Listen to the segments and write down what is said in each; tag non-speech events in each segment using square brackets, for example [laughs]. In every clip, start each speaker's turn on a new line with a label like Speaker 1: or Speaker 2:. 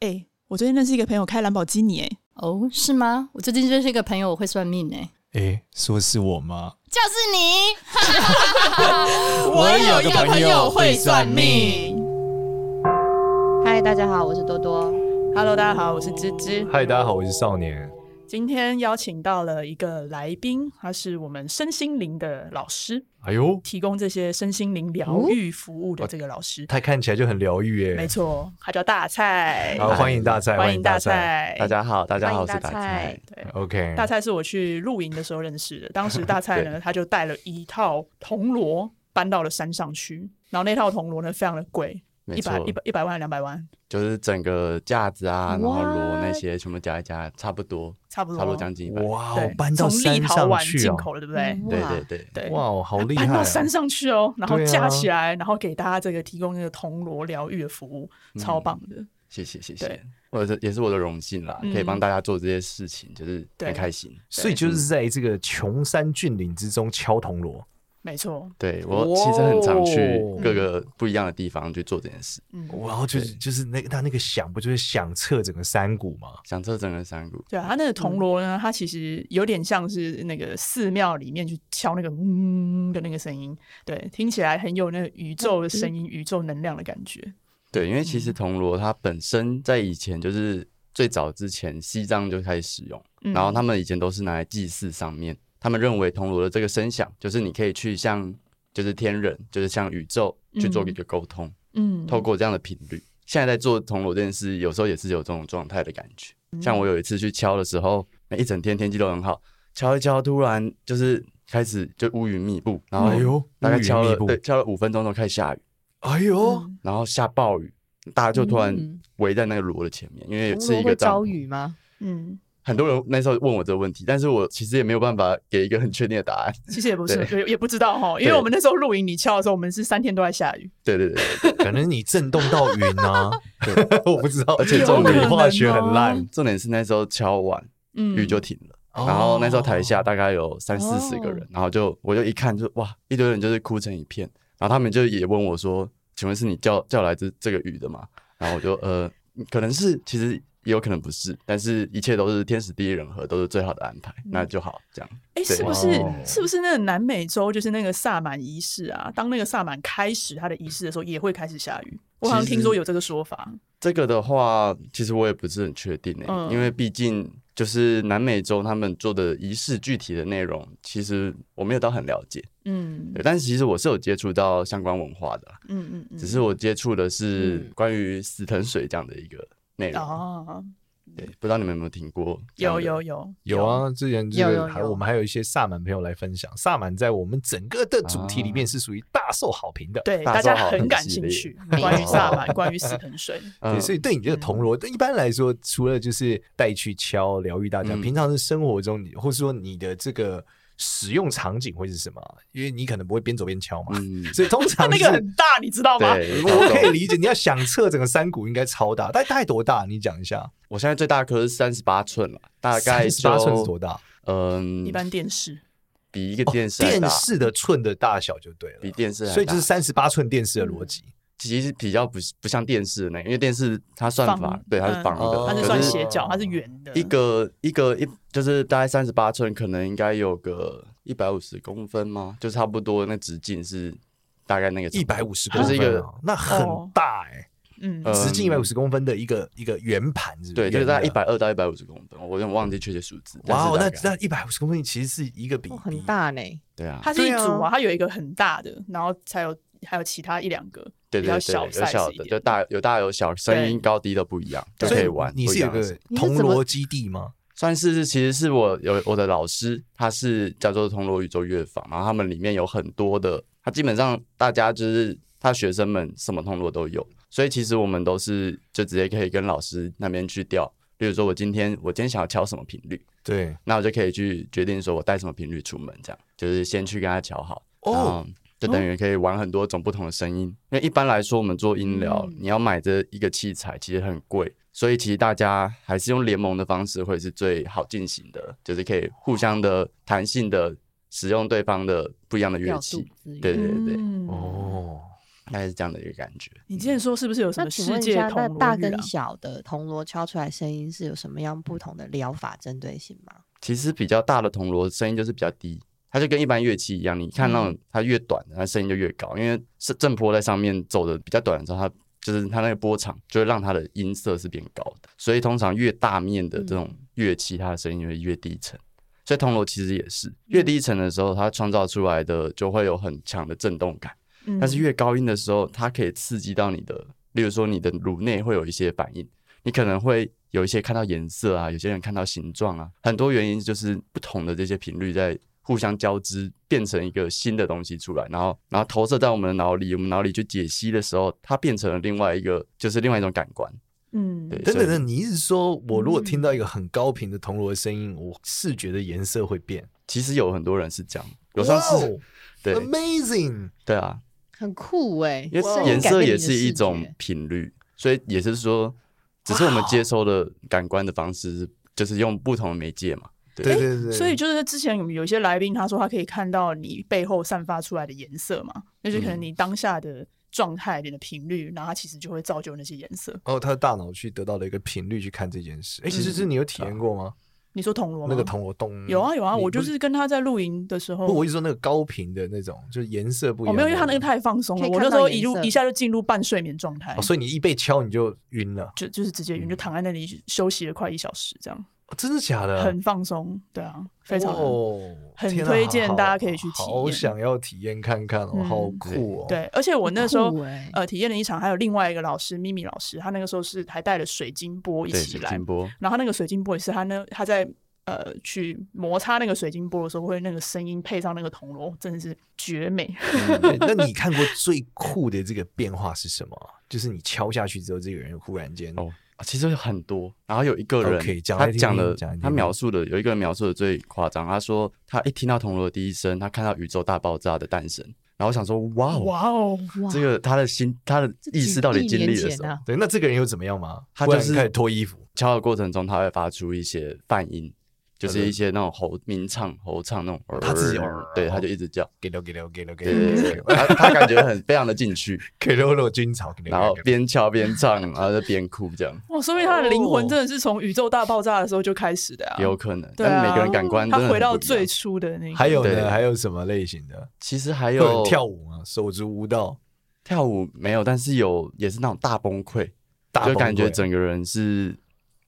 Speaker 1: 哎、我最近认识一个朋友开兰博基尼、哎，
Speaker 2: 哦，是吗？我最近认识一个朋友，我会算命呢、
Speaker 3: 诶，说是我吗？
Speaker 2: 就是你。
Speaker 4: [laughs]
Speaker 3: 我有个朋友会算命。
Speaker 5: 嗨，大家好，我是多多。
Speaker 1: Hello，大家好，我是芝芝。
Speaker 6: 嗨，大家好，我是少年。
Speaker 1: 今天邀请到了一个来宾，他是我们身心灵的老师，
Speaker 6: 哎呦，哦
Speaker 1: 提供这些身心灵疗愈服务的这个老师。
Speaker 6: 他看起来就很疗愈耶。
Speaker 1: 没。错，他叫大蔡。
Speaker 6: 好，欢迎大菜，
Speaker 1: 欢
Speaker 6: 欢
Speaker 1: 迎
Speaker 6: 迎
Speaker 1: 大
Speaker 6: 大
Speaker 1: 蔡
Speaker 6: 菜。
Speaker 4: 大家好，大家好，我
Speaker 5: 欢
Speaker 4: 是
Speaker 5: 迎大
Speaker 4: 大
Speaker 5: 蔡
Speaker 4: 蔡。
Speaker 1: 对，
Speaker 6: OK，
Speaker 1: 大蔡是我去露营的时候认识的。当时大蔡呢，他就带了一套铜锣搬到了山上去，然后那套铜锣呢非常的贵，
Speaker 4: 没
Speaker 1: 一百
Speaker 4: 错
Speaker 1: 一百一百万两百万，
Speaker 4: 就是整个架子啊，然后锣
Speaker 1: What？
Speaker 4: 那些全部加一加，差不多，
Speaker 1: 差不
Speaker 4: 差
Speaker 1: 多
Speaker 4: 不多将近一百。
Speaker 6: 哇
Speaker 1: 对
Speaker 6: 哦，，搬到
Speaker 1: 从立
Speaker 6: 山
Speaker 1: 陶
Speaker 6: 上
Speaker 1: 宛
Speaker 6: 去
Speaker 1: 进
Speaker 6: 哦。
Speaker 1: 口了，对不对？
Speaker 4: 哎对对对，
Speaker 1: 对，啊
Speaker 6: 哇哦，好厉害！
Speaker 1: 搬到山，上去哦，然后
Speaker 6: 对啊
Speaker 1: 架起来，然后给大家这个提供这个铜锣疗愈的服务，超
Speaker 4: 嗯
Speaker 1: 棒的。
Speaker 4: 谢谢谢
Speaker 1: 对
Speaker 4: 谢，我这也是我的荣幸啦，可以帮
Speaker 1: 嗯
Speaker 4: 大家做这些事情，就是
Speaker 1: 对
Speaker 4: 很开心。
Speaker 6: 所以就是在这个穷山峻岭之中敲铜锣。
Speaker 1: 没错，
Speaker 4: 对我其实很常去
Speaker 6: 哦
Speaker 4: 各个不一样的地方去做这件事，
Speaker 1: 嗯，
Speaker 6: 然后就是就是那个他那个响，不就是响彻整个山谷吗？
Speaker 4: 响彻整个山谷。
Speaker 1: 对啊，它那个
Speaker 6: 嗯
Speaker 1: 铜锣呢，它其实有点像是那个寺庙里面去敲那个嗡的那个声音，对，听起来很有那个宇宙
Speaker 6: 嗯
Speaker 1: 的声音、宇宙能量的感觉。
Speaker 4: 对，因为其
Speaker 1: 嗯
Speaker 4: 实铜锣它本身在以前就是最早之前西藏就开始使用，
Speaker 1: 嗯
Speaker 4: 然后他们以前都是拿来祭祀上面，他们认为铜锣的这个声响，就是你可以去向就是天人，就是向宇宙去做一个沟通，
Speaker 1: 嗯，
Speaker 4: 透过这样的频率。现在在做铜锣这件事，有时候也是有这种状态的感觉。
Speaker 7: 嗯
Speaker 4: 像我有一次去敲的时候，那一整天天气都很好，敲一敲，突然就是开始就乌云密布，然
Speaker 6: 哎
Speaker 4: 后
Speaker 6: 呦
Speaker 4: 大概
Speaker 6: 乌云
Speaker 4: 敲
Speaker 6: 密
Speaker 4: 了
Speaker 6: 布
Speaker 4: 对敲了五分钟都开始下雨。
Speaker 6: 哎呦，
Speaker 1: 嗯
Speaker 4: 然后下暴雨，大家就突然
Speaker 7: 嗯
Speaker 4: 围在那个罗的前面，因为
Speaker 7: 铜
Speaker 4: 是
Speaker 7: 锣
Speaker 4: 一
Speaker 7: 会
Speaker 4: 个帐
Speaker 7: 招
Speaker 4: 篷。
Speaker 7: 雨吗？
Speaker 1: 嗯，
Speaker 4: 很多人那时候问我这个问题，但是我其实也没有办法给一个很确定的答案。 [laughs]
Speaker 1: 其实也不是，
Speaker 4: 对
Speaker 1: 也也不知道哈，因为
Speaker 4: 对
Speaker 1: 我们那时候露营，你敲的时候，我们是三天都在下雨，
Speaker 4: 对对对
Speaker 6: [laughs]
Speaker 4: 对
Speaker 6: 可能你震动到云
Speaker 1: [laughs]
Speaker 6: 啊， [laughs] 我不知道，而
Speaker 4: 且
Speaker 6: 这种
Speaker 4: 重点
Speaker 6: 化学很烂
Speaker 1: 哦
Speaker 4: 对，嗯重点是那时候敲完
Speaker 1: 嗯，
Speaker 4: 雨就停了，
Speaker 6: 哦
Speaker 4: 然后那时候台下大概有三四十个人，然后就我就一看就哇，一堆人就是哭成一片，然后他们就也问我说：“请问是你叫叫来这这个雨的吗？”然后我就呃，可能是，其实也有可能不是，但是一切都是天时地利人和，都是最好的安排，那就好这样。
Speaker 1: 哎，
Speaker 4: 对
Speaker 1: 是不是
Speaker 6: 哇哦
Speaker 1: 是不是那个南美洲就是那个萨满仪式啊？当那个萨满开始他的仪式的时候，也会开始下雨。我好像
Speaker 4: 其实
Speaker 1: 听说有这个说法，
Speaker 4: 这个的话，其实我也不是很确定诶、欸
Speaker 1: 嗯
Speaker 4: 因为毕竟就是南美洲他们做的仪式具体的内容，其实我没有到很了解。
Speaker 1: 嗯
Speaker 4: 对但是其实我是有接触到相关文化的啦，
Speaker 1: 嗯嗯嗯，
Speaker 4: 只是我接触的是
Speaker 7: 嗯
Speaker 4: 关于死藤水这样的一个内容。
Speaker 1: 哦，
Speaker 4: 对，不知道你们有没有听过？
Speaker 1: 有有。有
Speaker 6: 有，啊，之前就
Speaker 7: 有
Speaker 6: 是
Speaker 7: 有
Speaker 6: 还
Speaker 7: 有
Speaker 6: 我们还有一些萨满朋友来分享，萨满在我们整个的主题里
Speaker 1: 啊
Speaker 6: 面是属于大受好评的。
Speaker 1: 对大
Speaker 4: 大
Speaker 1: 家
Speaker 4: 家好
Speaker 1: 很
Speaker 4: 很
Speaker 1: 感
Speaker 4: 系
Speaker 1: 兴
Speaker 4: 列
Speaker 1: 趣，
Speaker 7: 没
Speaker 1: 关于
Speaker 7: 错
Speaker 1: 萨满，关于死藤
Speaker 4: [laughs]
Speaker 1: 水，
Speaker 4: 嗯
Speaker 6: 对，所以对你这个铜锣，一般来说，除了就是带去敲疗愈大家，
Speaker 4: 嗯
Speaker 6: 平常的生活中，你或是说你的这个使用场景会是什么啊？因为你可能不会边走边敲嘛，
Speaker 4: 嗯，
Speaker 6: 所以
Speaker 4: [laughs]
Speaker 6: 通
Speaker 1: 它
Speaker 6: 常
Speaker 1: 那
Speaker 6: 是
Speaker 1: 个很大，你知道吗？
Speaker 4: 对，
Speaker 6: 我可以
Speaker 4: 懂
Speaker 6: 理解，你要想测整个山谷应该超大，大概大概多大？你讲一下，
Speaker 4: 我现在最大颗是三十八寸了，大概
Speaker 6: 十八寸
Speaker 4: 就是
Speaker 6: 多？大？
Speaker 4: 嗯，
Speaker 1: 一般电视，
Speaker 4: 比一个
Speaker 6: 哦
Speaker 4: 电视还大
Speaker 6: 电，视的寸的大小就对了，
Speaker 4: 比电视还大，
Speaker 6: 所以就是三十八寸电视的逻辑。
Speaker 4: 其实比较不是不像电视那个，因为电视它算法
Speaker 1: 方
Speaker 4: 对它
Speaker 1: 嗯
Speaker 4: 是方的，
Speaker 6: 哦
Speaker 1: 它
Speaker 4: 可
Speaker 1: 是
Speaker 4: 是
Speaker 1: 算
Speaker 6: 斜
Speaker 1: 斜角，它是圆的，
Speaker 4: 一个一个一就是大概三十八寸，可能应该有个一百五十公分吗？就差不多那直径是大概那个
Speaker 6: 一百五十公
Speaker 4: 就是
Speaker 6: 分、
Speaker 4: 一
Speaker 6: 啊，
Speaker 4: 个
Speaker 6: 那很大哎、
Speaker 1: 嗯
Speaker 4: 呃
Speaker 6: 直径一百
Speaker 4: 嗯
Speaker 6: 五十公分的一个一个圆盘，是不是？
Speaker 4: 对，就是大概
Speaker 6: 圆
Speaker 4: 一
Speaker 6: 的
Speaker 4: 百。二到一百五十公分，我有点忘记确切数字。
Speaker 6: 哇哦，那
Speaker 4: 但是大概
Speaker 6: 那一百五十公分其实是一个比、
Speaker 7: 哦，
Speaker 1: 嗯
Speaker 7: 很大呢。
Speaker 4: 对啊，
Speaker 1: 它是一
Speaker 6: 对啊
Speaker 1: 组啊，它有一个很大的，然后才有还有其他一两个
Speaker 4: 对
Speaker 1: 比
Speaker 4: 对对，
Speaker 1: 较小
Speaker 4: 有小
Speaker 1: size 一
Speaker 4: 的
Speaker 1: 点
Speaker 4: 就大有大有小，声音
Speaker 1: 对
Speaker 4: 高低都不一样，就
Speaker 6: 比，
Speaker 4: 可
Speaker 6: 所
Speaker 4: 以玩。
Speaker 6: 你
Speaker 4: 不
Speaker 6: 是
Speaker 4: 一
Speaker 6: 有
Speaker 4: 样的
Speaker 6: 个
Speaker 4: 声音
Speaker 6: 铜锣基地吗？
Speaker 4: 算是其实是我有我的老师，他是叫做铜锣宇宙乐坊，然后他们里面有很多的，他基本上大家就是他学生们什么铜锣都有，所以其实我们都是就直接可以跟老师那边去调，例如说我今天我今天想要敲什么频率，
Speaker 6: 对，
Speaker 4: 那我就可以去决定说我带什么频率出门，这样就是先去跟他瞧好，
Speaker 6: 哦
Speaker 4: 然后就等于可以玩很多种不同的声音。因为一般来说，我们做音疗，你要买这一个器材其实很贵，所以其实大家还是用联盟的方式会是最好进行的，就是可以互相的弹性的使用对方的不一样的乐
Speaker 5: 调度
Speaker 4: 器。
Speaker 5: 资源。
Speaker 4: 对对对，
Speaker 1: 嗯，
Speaker 6: 哦，
Speaker 4: 大概是这样的一个感觉。
Speaker 1: 你之前说是不是有什
Speaker 5: 那
Speaker 1: 么
Speaker 5: 请
Speaker 1: 世
Speaker 5: 问一
Speaker 1: 界
Speaker 5: 下，那
Speaker 1: 铜锣
Speaker 5: 大
Speaker 1: 浴
Speaker 5: 跟
Speaker 1: 啊？
Speaker 5: 小的铜锣敲出来声音是有什么样不同的疗法针对性吗？
Speaker 4: 其实比较大的铜锣声音就是比较低，它就跟一般乐器一样，你看那种它越短，它声音就越高，因为是震波在上面走的比较短的时候，它就是它那个波长就会让它的音色是变高的，所以通常越大面的这种乐器，它的声音就会越低沉。所以铜锣其实也是越低沉的时候，它创造出来的就会有很强的震动感，
Speaker 1: 嗯
Speaker 4: 但是越高音的时候，它可以刺激到你的，例如说你的颅内会有一些反应，你可能会有一些看到颜色啊，有些人看到形状啊，很多原因就是不同的这些频率在互相交织，变成一个新的东西出来，然后然后投射在我们的脑里，我们脑里去解析的时候，它变成了另外一个，就是另外一种感官。
Speaker 1: 嗯，
Speaker 4: 对，
Speaker 6: 等等
Speaker 4: 所以
Speaker 6: 等，你一直说我如果听到一个很高频的铜锣的声音，我视觉的颜色会变，
Speaker 4: 其实有很多人是这样，有上次、
Speaker 6: 哇哦
Speaker 4: 对
Speaker 6: amazing，
Speaker 4: 对啊，
Speaker 5: 很酷哎、
Speaker 4: 因
Speaker 5: 声
Speaker 4: 为
Speaker 5: 音
Speaker 4: 颜
Speaker 5: 改
Speaker 4: 色
Speaker 5: 变
Speaker 4: 也
Speaker 5: 你的
Speaker 4: 是一
Speaker 5: 视
Speaker 4: 种
Speaker 5: 觉
Speaker 4: 频率，所以也是说，只是我们接收的感官的方式是，就是用不同的媒介嘛。
Speaker 6: 对对对，
Speaker 1: 所以就是之前我们有一些来宾，他说他可以看到你背后散发出来的颜色嘛，那就是可能
Speaker 4: 嗯
Speaker 1: 你当下的状态、你的频率，然后它其实就会造就那些颜色。
Speaker 6: 然后他的大脑去得到了一个频率去看这件事。哎，其实是你有体验过吗？
Speaker 1: 你说铜锣吗？
Speaker 6: 那个铜锣咚，
Speaker 1: 啊有啊有啊，
Speaker 6: 你
Speaker 1: 我就
Speaker 6: 不
Speaker 1: 是跟他在露营的时候，
Speaker 6: 不，我一直说那个高频的那种，就是颜色不一
Speaker 1: 我
Speaker 6: 样。
Speaker 1: 哦没有，因为他那个太放松了，
Speaker 5: 可以
Speaker 1: 我
Speaker 5: 看
Speaker 1: 那时
Speaker 5: 到
Speaker 1: 候
Speaker 5: 颜
Speaker 1: 一入
Speaker 5: 色
Speaker 1: 一下就进入半睡眠状态
Speaker 6: 哦，，所以你一被敲你就晕了，
Speaker 1: 就就是直接晕，就躺在那里休息了快一小时，这样
Speaker 6: 哦真的假的？
Speaker 1: 很放松，对啊，非常
Speaker 6: 哦，
Speaker 1: 很
Speaker 6: 天啊
Speaker 1: 推荐
Speaker 6: 好
Speaker 1: 大家可以去体
Speaker 6: 好
Speaker 1: 验
Speaker 6: 想要体验看看哦，
Speaker 1: 嗯
Speaker 6: 好酷哦。，
Speaker 1: 对，而且我那时候
Speaker 5: 酷欸
Speaker 1: 呃体验了一场，还有另外一个老师咪咪老师，他那个时候是还带了水晶波一
Speaker 4: 对，
Speaker 1: 起
Speaker 4: 水
Speaker 1: 来
Speaker 4: 晶，波，
Speaker 1: 然后他那个水晶波也是他那他在呃去摩擦那个水晶波的时候，会那个声音配上那个铜锣，真的是绝美。 [laughs]
Speaker 6: 嗯对那你看过最酷的这个变化是什么？就是你敲下去之后，这个人忽然间，
Speaker 4: 哦，啊其实有很多。然后有一个人
Speaker 6: OK，讲来
Speaker 4: 他
Speaker 6: 听听
Speaker 4: 讲的
Speaker 6: 讲来听听
Speaker 4: 他描述的有一个人描述的最夸张，他说他一听到铜锣的第一声，他看到宇宙大爆炸的诞生，然后我想说，哇哦，
Speaker 1: 哇哦，
Speaker 4: 这个他的心，他的意识到底经历了
Speaker 5: 了
Speaker 4: 什么？
Speaker 6: 对，那这个人又怎么样吗？
Speaker 4: 他
Speaker 6: 忽然
Speaker 4: 就是
Speaker 6: 开始脱衣服，
Speaker 4: 敲的过程中，他会发出一些泛音，就是一些那种吼鸣唱、吼唱那种，
Speaker 6: 他自己
Speaker 4: 对，他就一直叫，
Speaker 6: 给溜给溜给溜给
Speaker 4: 对
Speaker 6: 溜
Speaker 4: 对对，
Speaker 6: [laughs]
Speaker 4: 对他他感觉很非常的进去，
Speaker 6: 给溜溜军草，给溜
Speaker 4: 然后
Speaker 6: 给溜
Speaker 4: 边敲边唱，然后就边哭这样，
Speaker 1: 哇，说明他的灵魂真的是从宇宙大爆炸的时候就开始的啊
Speaker 4: 也。哦有可能，
Speaker 1: 对啊
Speaker 4: 但每个人感官真
Speaker 1: 他
Speaker 4: 的
Speaker 1: 回
Speaker 4: 很
Speaker 1: 到
Speaker 4: 不一样
Speaker 1: 最，初的那个，
Speaker 6: 还有
Speaker 4: 对
Speaker 6: 呢？还有什么类型的？
Speaker 4: 其实还
Speaker 6: 有
Speaker 4: 有
Speaker 6: 人跳舞吗？手足舞蹈，
Speaker 4: 跳舞没有，但是有也是那种大崩溃，
Speaker 6: 大
Speaker 4: 就感
Speaker 6: 崩
Speaker 4: 觉
Speaker 6: 溃
Speaker 4: 整个人是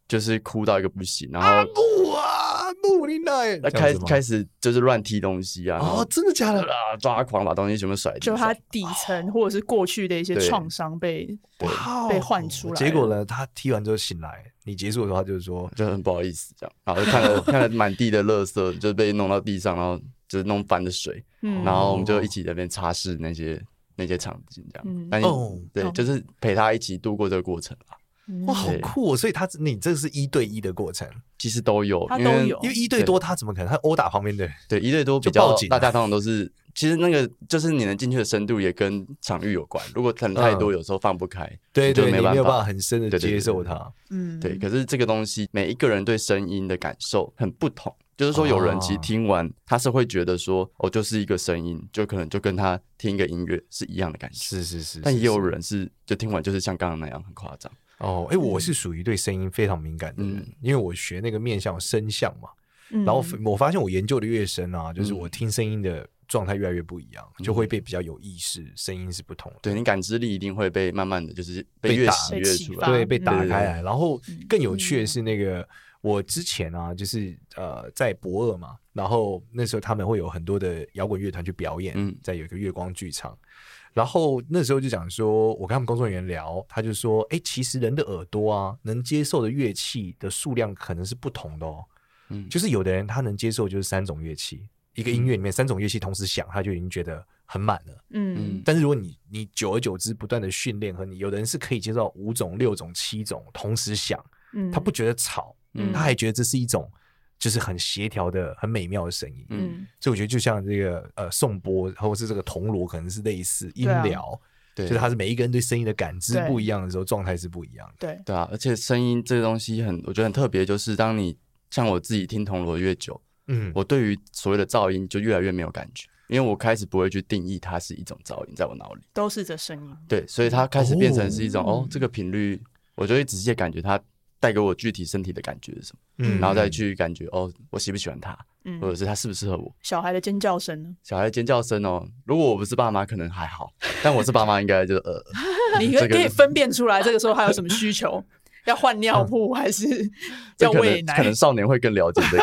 Speaker 4: 就是哭到一个不行，然
Speaker 1: 啊
Speaker 4: 后
Speaker 6: 不啊，不你奈
Speaker 4: 那开开始就是乱踢东西啊，然后
Speaker 6: 哦，真的假的？
Speaker 4: 啊抓狂把东西全部甩地
Speaker 1: 就
Speaker 4: 上，
Speaker 1: 他底层或者是过去的一些
Speaker 4: 对
Speaker 1: 创伤被
Speaker 4: 对
Speaker 6: 哇哦
Speaker 1: 被唤出来
Speaker 6: 结果呢，他踢完之后醒来，你结束的时候，他就是说，
Speaker 4: 就很不好意思这样，然后就看了看了满地的垃圾，就被弄到地上，然后就是弄翻的水，
Speaker 1: 嗯
Speaker 4: 然后我们就一起在那边擦拭那些那些场景这样，
Speaker 1: 嗯
Speaker 4: 但是
Speaker 6: 哦
Speaker 4: 对，就是陪他一起度过这个过程吧。
Speaker 1: 嗯
Speaker 6: 哇，好
Speaker 4: 对
Speaker 6: 酷、哦！所以他你这是一对一的过程，
Speaker 4: 其实都有，
Speaker 1: 他
Speaker 4: 因
Speaker 1: 都
Speaker 4: 为
Speaker 1: 有
Speaker 6: 因为一对多他怎么可能？他殴打旁边的人，
Speaker 4: 对一对多比
Speaker 6: 就
Speaker 4: 较
Speaker 6: 报警，啊
Speaker 4: 大家通常都是，其实那个就是你能进去的深度也跟场域有关。如果可能太多，有时候放不开，
Speaker 6: 嗯对
Speaker 4: 你就
Speaker 6: 对，你
Speaker 4: 没
Speaker 6: 没有办法
Speaker 4: 法。
Speaker 6: 很深的
Speaker 4: 对对
Speaker 6: 接
Speaker 4: 对
Speaker 6: 受
Speaker 4: 对
Speaker 6: 他。
Speaker 1: 嗯
Speaker 4: 对，可是这个东西，每一个人对声音的感受很不同。就是说，有人其实
Speaker 6: 哦
Speaker 4: 听完，他是会觉得说，哦，就是一个声音，就可能就跟他听一个音乐是一样的感觉。
Speaker 6: 是是是，
Speaker 4: 但也
Speaker 6: 是
Speaker 4: 有
Speaker 6: 是
Speaker 4: 人是就听完就是像刚刚那样很夸张，
Speaker 6: 哦，哎、我是属于对声音非常敏感的人，
Speaker 4: 嗯
Speaker 6: 因为我学那个面相声像嘛，
Speaker 1: 嗯
Speaker 6: 然后我发现我研究的越深啊，就是
Speaker 4: 嗯
Speaker 6: 我听声音的状态越来越不一样，就会被比较有意识，声音是不同的。
Speaker 4: 对你感知力一定会被慢慢的就是
Speaker 6: 被
Speaker 4: 被越
Speaker 6: 打
Speaker 4: 洗
Speaker 1: 被
Speaker 4: 越
Speaker 1: 启
Speaker 4: 出
Speaker 1: 发
Speaker 4: 来，
Speaker 6: 对，被
Speaker 1: 嗯
Speaker 6: 打
Speaker 4: 对对
Speaker 6: 开
Speaker 4: 对
Speaker 6: 来。然后更有趣的是，那个我之前啊，就是呃，在博尔嘛，然后那时候他们会有很多的摇滚乐团去表演，
Speaker 4: 嗯
Speaker 6: 在有一个月光剧场。然后那时候就讲说，我跟他们工作人员聊，他就说，哎，其实人的耳朵啊，能接受的乐器的数量可能是不同的哦。
Speaker 4: 嗯
Speaker 6: 就是有的人他能接受就是三种乐器，一个音乐里面三种乐器同时响，他就已经觉得很满了。
Speaker 1: 嗯
Speaker 6: 但是如果你你久而久之不断的训练和你，有的人是可以接受到五种、六种、七种同时响，
Speaker 1: 嗯，
Speaker 6: 他不觉得吵，
Speaker 4: 嗯
Speaker 6: 他还觉得这是一种就是很协调的、很美妙的声音。
Speaker 1: 嗯
Speaker 6: 所以我觉得就像这个呃颂钵或是这个铜锣，可能是类似音
Speaker 1: 对啊
Speaker 6: 疗，
Speaker 4: 对，
Speaker 6: 就是它是每一个人对声音的感知
Speaker 1: 对
Speaker 6: 不一样的时候，状态是不一样的。
Speaker 1: 对，
Speaker 4: 对啊，而且声音这个东西很，我觉得很特别，就是当你像我自己听铜锣越久，
Speaker 6: 嗯，
Speaker 4: 我对于所谓的噪音就越来越没有感觉，因为我开始不会去定义它是一种噪音，在我脑里。
Speaker 1: 都是这声音，
Speaker 4: 对，所以它开始变成是一种
Speaker 1: 哦
Speaker 4: 哦这个频率，我就会仔细地感觉它带给我具体身体的感觉是什么，
Speaker 6: 嗯
Speaker 4: 然后再去感觉哦，我喜不喜欢它，或者
Speaker 1: 嗯，
Speaker 4: 是它适不适合我。
Speaker 1: 小孩的尖叫声呢？
Speaker 4: 小孩的尖叫声哦，如果我不是爸妈，可能还好，但我是爸妈，应该就呃，
Speaker 1: 你
Speaker 4: 这
Speaker 1: 可以
Speaker 4: 个
Speaker 1: 可以分辨出来，这个时候他有什么需求？
Speaker 4: [laughs]
Speaker 1: 要换尿布还是
Speaker 4: 嗯这
Speaker 1: 要
Speaker 4: 可
Speaker 1: 喂
Speaker 4: 能
Speaker 1: 奶。
Speaker 4: 可？能少年会更了解这个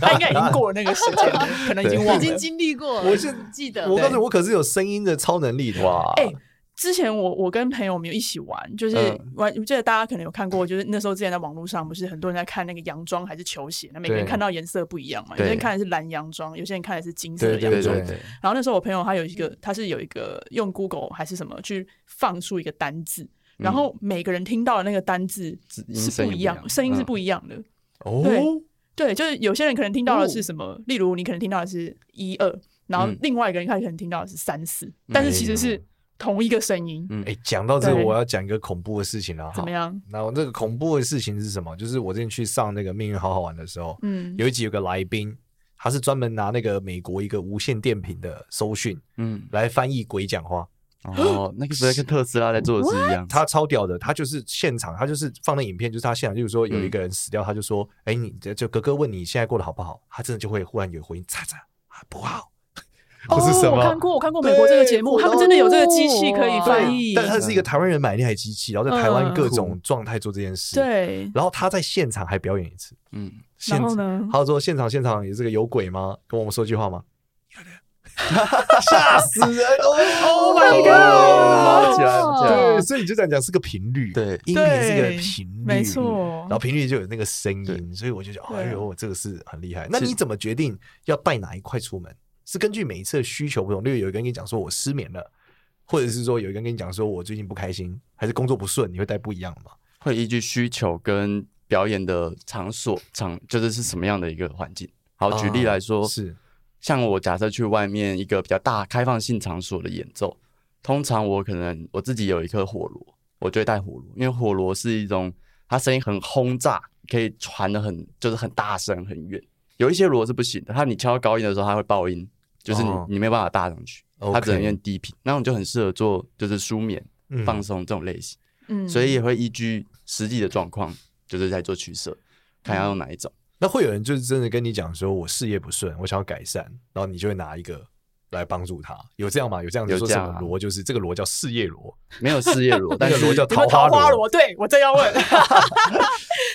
Speaker 1: 他应该已经过了那个时间
Speaker 4: [laughs]
Speaker 1: 了，可能已经忘
Speaker 3: 已
Speaker 1: 了
Speaker 3: 经。经历过了，
Speaker 6: 我是
Speaker 3: 记得。
Speaker 6: 我告诉你，我可是有声音的超能力的
Speaker 4: 哇，
Speaker 1: 哎之前我我跟朋友我们有一起玩，就是
Speaker 4: 嗯
Speaker 1: 玩，我记得大家可能有看过，就是那时候之前在网络上不是很多人在看那个洋装还是球鞋，那每个人
Speaker 6: 对
Speaker 1: 看到颜色不一样嘛，有
Speaker 4: 对
Speaker 1: 些人看的是蓝洋装，有些人看的是金色
Speaker 6: 对
Speaker 1: 的
Speaker 6: 对
Speaker 1: 洋
Speaker 4: [laughs] 对
Speaker 1: 装。
Speaker 4: 对对，
Speaker 1: 然后那时候我朋友他有一个，他是有一个用 Google 还是什么去放出一个单字，然后每个人听到的那个单字
Speaker 4: 是音
Speaker 1: 是
Speaker 4: 声
Speaker 1: 不一
Speaker 4: 也不一
Speaker 1: 样，
Speaker 4: 样
Speaker 1: 声音是
Speaker 4: 嗯
Speaker 1: 不一样的。
Speaker 6: 哦，
Speaker 1: 对对，就是有些人可能听到的是什么，例如你可能听到的是一二，然后
Speaker 4: 嗯
Speaker 1: 另外一个人他可能听到的是三四，但是其实是同一个声音，
Speaker 4: 嗯
Speaker 6: 哎，讲到这个，
Speaker 1: 对
Speaker 6: 我要讲一个恐怖的事情了。
Speaker 1: 怎么样？
Speaker 6: 然后那个恐怖的事情是什么？就是我之前去上那个《命运好好玩》的时候，
Speaker 1: 嗯
Speaker 6: 有一集有个来宾，他是专门拿那个美国一个无线电瓶的搜讯
Speaker 4: 嗯，
Speaker 6: 来翻译鬼讲话，
Speaker 4: 哦，那个不是跟特斯拉在做的是一样，
Speaker 6: 他超屌的，他就是现场，他就是放那影片，就是他现场，就是说有一个人死掉，他就说：“哎、你就哥哥问你现在过得好不好？”他真的就会忽然有回应：“叉叉啊，不好。”或是什
Speaker 1: 哦，
Speaker 6: 么？
Speaker 1: 我看过，我看过美国这个节目，
Speaker 6: 对
Speaker 1: 他们真的有这个机器可以翻译，
Speaker 6: 但他是一个台湾人买那台机器，然后在台湾
Speaker 1: 嗯
Speaker 6: 各种状态做这件事。，
Speaker 1: 对，
Speaker 6: 然后他在现场还表演一次。
Speaker 4: 嗯，
Speaker 6: 现
Speaker 1: 然后呢
Speaker 6: 他说现场现场也是个有鬼吗？跟我们说句话吗？ [laughs] 吓死人！Oh my
Speaker 4: 哦
Speaker 6: god！
Speaker 4: 起来起来，
Speaker 6: 对，所以你就这样讲是个频率，
Speaker 4: 对
Speaker 6: 音频是个频率，
Speaker 1: 没错
Speaker 6: 然后频率就有那个声音，
Speaker 4: 对
Speaker 6: 所以我就觉得，
Speaker 1: 对啊
Speaker 6: 哎呦，这个是很厉害。那你怎么决定要带哪一块出门？是根据每一次的需求不同，例如有一个人跟你讲说我失眠了，或者是说有一个人跟你讲说我最近不开心，还是工作不顺，你会带不一样的吗？
Speaker 4: 会依据需求跟表演的场所场，就是是什么样的一个环境。好，举例来说，
Speaker 6: 啊是
Speaker 4: 像我假设去外面一个比较大开放性场所的演奏，通常我可能我自己有一颗火炉，我就会带火炉，因为火炉是一种它声音很轰炸，可以传的很就是很大声很远。有一些锣是不行的，它你敲高音的时候它会爆音，就是你、
Speaker 6: 哦
Speaker 4: 你没有办法大上去，它只能用低频。那种就很适合做就是舒眠、
Speaker 6: 嗯
Speaker 4: 放松这种类型。
Speaker 1: 嗯，
Speaker 4: 所以也会依据实际的状况，就是在做取舍，
Speaker 6: 嗯
Speaker 4: 看要用哪一种。
Speaker 6: 那会有人就是真的跟你讲说我事业不顺，我想要改善，然后你就会拿一个来帮助他，有这样吗？有这样子
Speaker 4: 有
Speaker 6: 说
Speaker 4: 这
Speaker 6: 什
Speaker 4: 样啊
Speaker 6: 么罗？就是这个罗叫事业罗，
Speaker 4: 没有事业
Speaker 6: [laughs]
Speaker 4: 罗，但
Speaker 6: 那个
Speaker 4: 是
Speaker 6: 罗叫
Speaker 1: 你们
Speaker 6: 桃
Speaker 1: 桃
Speaker 6: 花
Speaker 1: 花
Speaker 6: 螺
Speaker 1: 螺，对我正要问，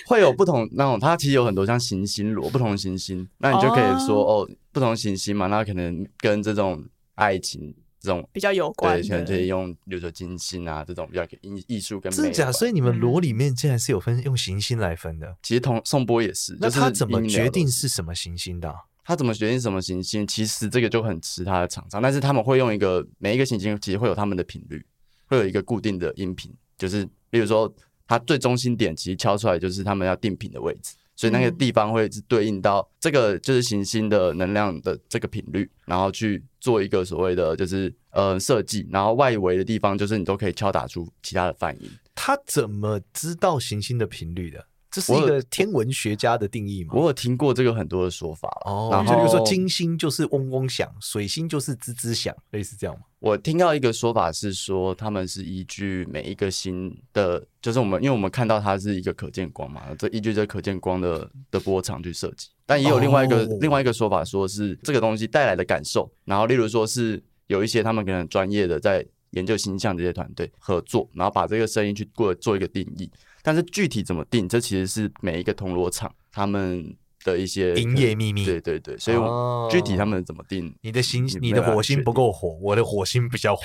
Speaker 4: 会有不同那种，它其实有很多像行星罗，不同行星，那你就可以说哦不同行星嘛，那可能跟这种爱情这种
Speaker 1: 比较有关
Speaker 4: 对，
Speaker 1: 的
Speaker 4: 可能可以用，比如说金星啊这种比较艺艺术跟美有
Speaker 6: 真
Speaker 4: 关。
Speaker 6: 假？所以你们
Speaker 4: 嗯
Speaker 6: 罗里面竟然是有分用行星来分的，
Speaker 4: 其实同宋波也是，
Speaker 6: 那
Speaker 4: 就是
Speaker 6: 他怎么
Speaker 4: 音疗
Speaker 6: 决
Speaker 4: 的
Speaker 6: 定是什么行星的啊、
Speaker 4: 他怎么决定什么行星，其实这个就很吃他的厂商，但是他们会用一个每一个行星其实会有他们的频率，会有一个固定的音频，就是例如说它最中心点其实敲出来就是他们要定频的位置，所以那个
Speaker 1: 嗯
Speaker 4: 地方会是对应到这个就是行星的能量的这个频率，然后去做一个所谓的就是呃设计，然后外围的地方就是你都可以敲打出其他的泛音。
Speaker 6: 他怎么知道行星的频率的？这是一
Speaker 4: 我
Speaker 6: 个天文学家的定义吗？
Speaker 4: 我有听过这个很多的说法啊了，
Speaker 6: 哦
Speaker 4: 然，
Speaker 6: 就比
Speaker 4: 后
Speaker 6: 如说金星就是嗡嗡响，水星就是吱吱响，类似这样吗？
Speaker 4: 我听到一个说法是说，他们是依据每一个星的，就是我们因为我们看到它是一个可见光嘛，这依据这可见光的的波长去设计。但也有另外一个、
Speaker 6: 哦
Speaker 4: 另外一个说法，说是这个东西带来的感受。然后，例如说是有一些他们可能专业的在研究星象这些团队合作，然后把这个声音去过做一个定义。但是具体怎么定，这其实是每一个铜锣厂他们的一些
Speaker 6: 营业秘密
Speaker 4: 对对对，所以
Speaker 6: 哦
Speaker 4: 具体他们怎么定，
Speaker 6: 你的行，
Speaker 4: 没
Speaker 6: 你的
Speaker 4: 办法
Speaker 6: 火星
Speaker 4: 确
Speaker 6: 不
Speaker 4: 定
Speaker 6: 够火，我的火星比较火，